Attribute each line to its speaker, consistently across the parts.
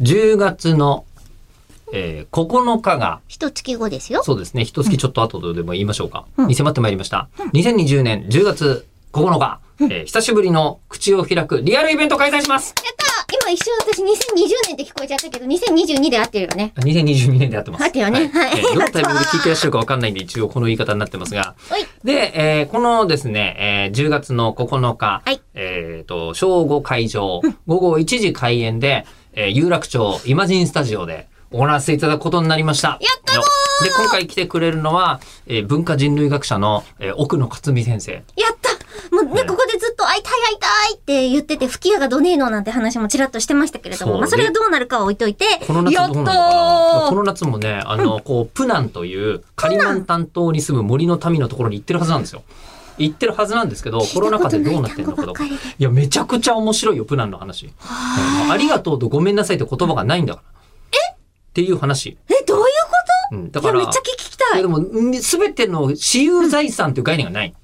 Speaker 1: 10月の、えー9日が、
Speaker 2: 一月後ですよ。
Speaker 1: そうですね、一月ちょっと後でも言いましょうか。
Speaker 2: うん
Speaker 1: に迫ってまいりました。2020年10月9日、えー久しぶりの口を開くリアルイベント開催します
Speaker 2: 今一瞬私2020年って聞こえちゃったけど、2022で合ってるよね。
Speaker 1: あ !2022 年でやってます。
Speaker 2: 合ってるよね
Speaker 1: はい
Speaker 2: はい
Speaker 1: えーどのタイミングで聞いてらっしゃるかわかんないんで、一応この言い方になってますが。
Speaker 2: はい。
Speaker 1: で、えーこのですね、えー10月の9日、
Speaker 2: はい
Speaker 1: えっ、と、正午会場、午後1時開演で、えー有楽町イマジンスタジオで行わせていただくことになりました。や
Speaker 2: ったぞ
Speaker 1: で、今回来てくれるのは、えー文化人類学者の、えー奥野克美先生。
Speaker 2: やったもうね、
Speaker 1: ね
Speaker 2: ここでずっと会いたい会いたいって言ってて、吹き矢がどねえのなんて話もちらっとしてましたけれど
Speaker 1: そ
Speaker 2: も、
Speaker 1: う
Speaker 2: まあそれがどうなるかは置いといて、
Speaker 1: この夏
Speaker 2: や
Speaker 1: ど
Speaker 2: っ
Speaker 1: うな
Speaker 2: た
Speaker 1: のかなこ
Speaker 2: ー
Speaker 1: の夏もね、あの、こう、プナンという、カリマンタン島に住む森の民のところに行ってるはずなんですよ。行ってるはずなんですけど、コロナ禍でどうなってんのかとか。
Speaker 2: 聞いたことない単語ばっかりで
Speaker 1: いや、めちゃくちゃ面白いよ、プナンの話。うんありがとうとごめんなさいって言葉がないんだから。えっていう話。
Speaker 2: え、どういうこ
Speaker 1: うん。だ
Speaker 2: とい
Speaker 1: から、
Speaker 2: や、めっちゃ聞き
Speaker 1: いや
Speaker 2: たい
Speaker 1: で。も、すべての私有財産という概念がない。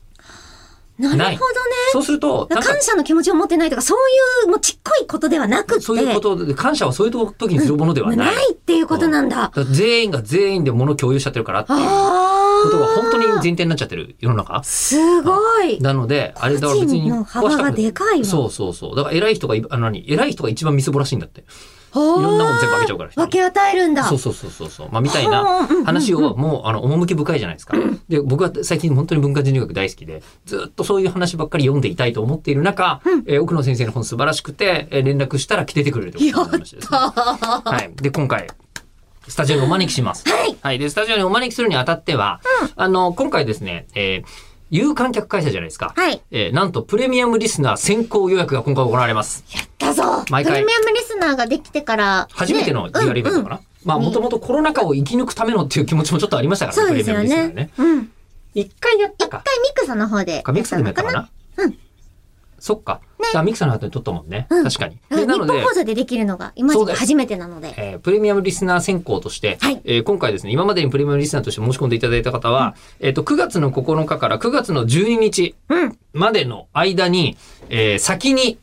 Speaker 2: なるほど
Speaker 1: そうすると、
Speaker 2: ね。
Speaker 1: なんか
Speaker 2: 感、謝の気持ちを持ってないとか、そういう、もうちっこいことではなくって。
Speaker 1: そういうことで、感謝はそういう時にするものではない。
Speaker 2: ないっていうことなんだ。
Speaker 1: だから全員が全員で物を共有しちゃってるからっていう
Speaker 2: あー
Speaker 1: ことが本当に前提になっちゃってる世の中。
Speaker 2: すごい。
Speaker 1: なので、あれだから
Speaker 2: 個
Speaker 1: 別に
Speaker 2: 人の幅がでかいわ。
Speaker 1: そうそうそう。だから偉い人がい、あの何偉い人が一番みすぼらしいんだって。
Speaker 2: ほー
Speaker 1: いろんなもん全部あげちゃうから人に
Speaker 2: 分け与えるんだ。
Speaker 1: そうそうそうそうそう。まあ、みたい
Speaker 2: はあ
Speaker 1: な
Speaker 2: うんうんうん
Speaker 1: 話をもう、あの、趣深いじゃないですか。で、僕は最近本当に文化人類学大好きで、ずっとそういう話ばっかり読んでいたいと思っている中、えー奥野先生の本素晴らしくて、えー連絡したら出てくれるということになりましてですね。はい。で、今回、スタジオにお招きします。はい。で、スタジオにお招きするにあたっては、あの、今回ですね、えー有観客開催じゃないですか。
Speaker 2: はい
Speaker 1: えーなんと、プレミアムリスナー先行予約が今回行われます。
Speaker 2: だぞ。
Speaker 1: 毎回
Speaker 2: プレミアムリスナーができてから、
Speaker 1: 初めての
Speaker 2: ね
Speaker 1: リアルイベントかな。まあ、もともとコロナ禍を生き抜くためのっていう気持ちもちょっとありましたから
Speaker 2: そうですよ
Speaker 1: プレミアムリスナー
Speaker 2: ね。うん。
Speaker 1: 一回やった
Speaker 2: 一
Speaker 1: か
Speaker 2: 回。ミクソの方で。
Speaker 1: かミクさんでもやったかな。
Speaker 2: うん。
Speaker 1: そっか。じゃあミクさんの後に撮ったもんね。
Speaker 2: うん
Speaker 1: 確かに。
Speaker 2: うん
Speaker 1: で
Speaker 2: 日
Speaker 1: なの
Speaker 2: 本
Speaker 1: で
Speaker 2: 放、送でできるのが、今
Speaker 1: そ
Speaker 2: 時
Speaker 1: うです
Speaker 2: 初めてなので。
Speaker 1: えープレミアムリスナー選考として、
Speaker 2: はい
Speaker 1: えー今回ですね、今までにプレミアムリスナーとして申し込んでいただいた方は、えっ、と、9月の9日から9月の12日
Speaker 2: うん。
Speaker 1: までの間に、えー先に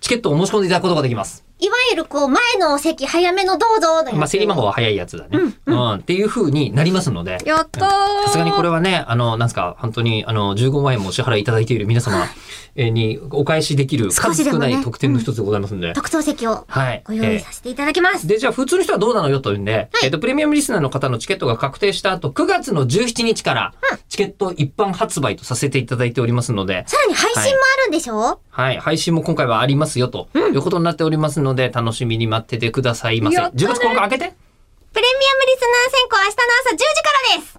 Speaker 1: チケットを申し込んでいただくことができます。
Speaker 2: いわゆるこう、前のお席、早めのどうぞのやつ
Speaker 1: まあ、競り魔法は早いやつだね。
Speaker 2: うん
Speaker 1: うんっていう風になりますので、
Speaker 2: やったー。
Speaker 1: さすがにこれはね、あの、なんすか、本当に、あの、15万円もお支払いいただいている皆様えーにお返しできる
Speaker 2: 少し
Speaker 1: 数
Speaker 2: で
Speaker 1: 少
Speaker 2: もね
Speaker 1: ない特典の一つでございますんで。
Speaker 2: 特等席を
Speaker 1: はい。
Speaker 2: ご用意
Speaker 1: え
Speaker 2: させていただきま
Speaker 1: ー
Speaker 2: す。
Speaker 1: で、じゃあ普通の人はどうなのよというんで、えっ、と、プレミアムリスナーの方のチケットが確定した後、9月の17日から、チケット一般発売とさせていただいておりますので、
Speaker 2: さらに配信もあるんでしょ、
Speaker 1: はい、配信も今回はありますよと、いうことになっておりますので、楽しみに待っててくださいませ。
Speaker 2: やったね
Speaker 1: 10月9日開けて
Speaker 2: プレミアムリスナー選考明日の朝10時からです